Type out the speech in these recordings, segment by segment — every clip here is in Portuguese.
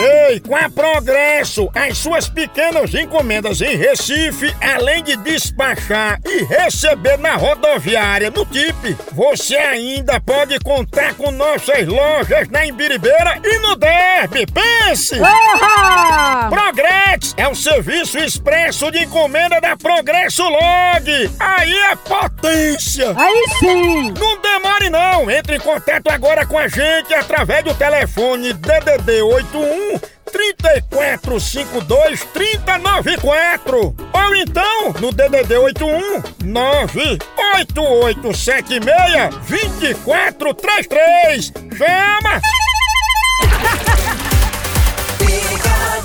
Ei, com a Progresso, as suas pequenas encomendas em Recife, além de despachar e receber na rodoviária no TIP, você ainda pode contar com nossas lojas na Imbiribeira e no Derby. Pense! Porra! Progresso é o serviço expresso de encomenda da Progresso Log. Aí é potência! Aí sim! Não demore não, entre em contato agora com a gente através do telefone DDD 81 3452 3094 ou então no DDD 81 98876 2433 chama! Picadinha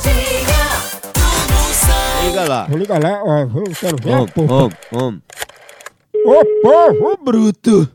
do Moção. Liga lá. Vou ligar lá, ó, eu quero ver Om, a porra. om, om. Ô povo Bruto.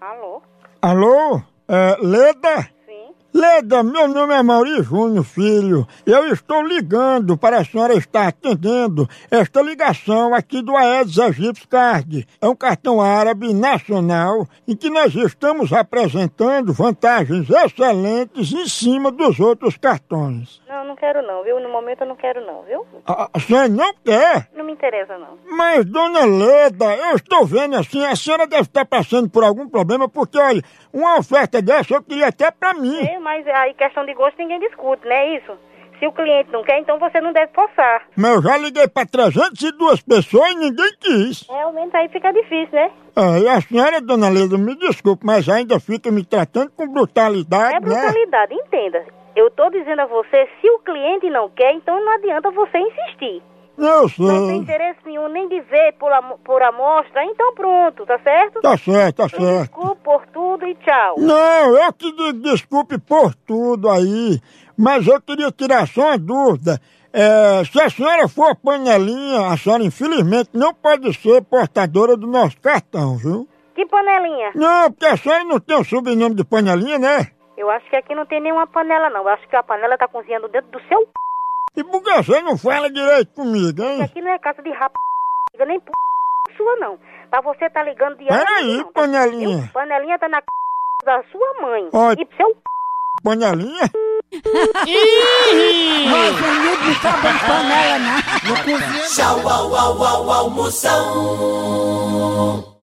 Alô? Alô? É, Leda? Sim. Leda, meu nome é Mauri Júnior, filho. Eu estou ligando para a senhora estar atendendo esta ligação aqui do Aedes Aegypti Card. É um cartão árabe nacional em que nós estamos apresentando vantagens excelentes em cima dos outros cartões. Não, não quero não, viu? No momento eu não quero não, viu? A, a senhora não quer? Não me interessa não. Mas, dona Leda, eu estou vendo assim, a senhora deve estar passando por algum problema, porque, olha, uma oferta dessa eu queria até para mim. É, mas aí questão de gosto ninguém discute, não é isso? Se o cliente não quer, então você não deve forçar. Mas eu já liguei para 302 pessoas e ninguém quis. Realmente aí fica difícil, né? Ah, e a senhora, dona Leda, me desculpe, mas ainda fica me tratando com brutalidade, né? É brutalidade, entenda. Eu tô dizendo a você, se o cliente não quer, então não adianta você insistir. Eu Não tem sei. interesse nenhum nem de ver por, amo- por amostra, então pronto, tá certo? Tá certo, tá certo. Desculpa por tudo e tchau. Não, eu que digo desculpe por tudo aí, mas eu queria tirar só uma dúvida. É, se a senhora for panelinha, a senhora infelizmente não pode ser portadora do nosso cartão, viu? Que panelinha? Não, porque a senhora não tem o sobrenome de panelinha, né? Eu acho que aqui não tem nenhuma panela não. Eu acho que a panela tá cozinhando dentro do seu E por que você não fala direito comigo, Porque hein? aqui não é casa de rap é nem p... sua não. Pra você tá ligando de Peraí, não, tá? panelinha. Eu- Panelinha tá na c... da sua mãe. Ó. E seu p... Panelinha? Mas o miúdo não tá dando panela, não. Tchau, au, au, au, almoção.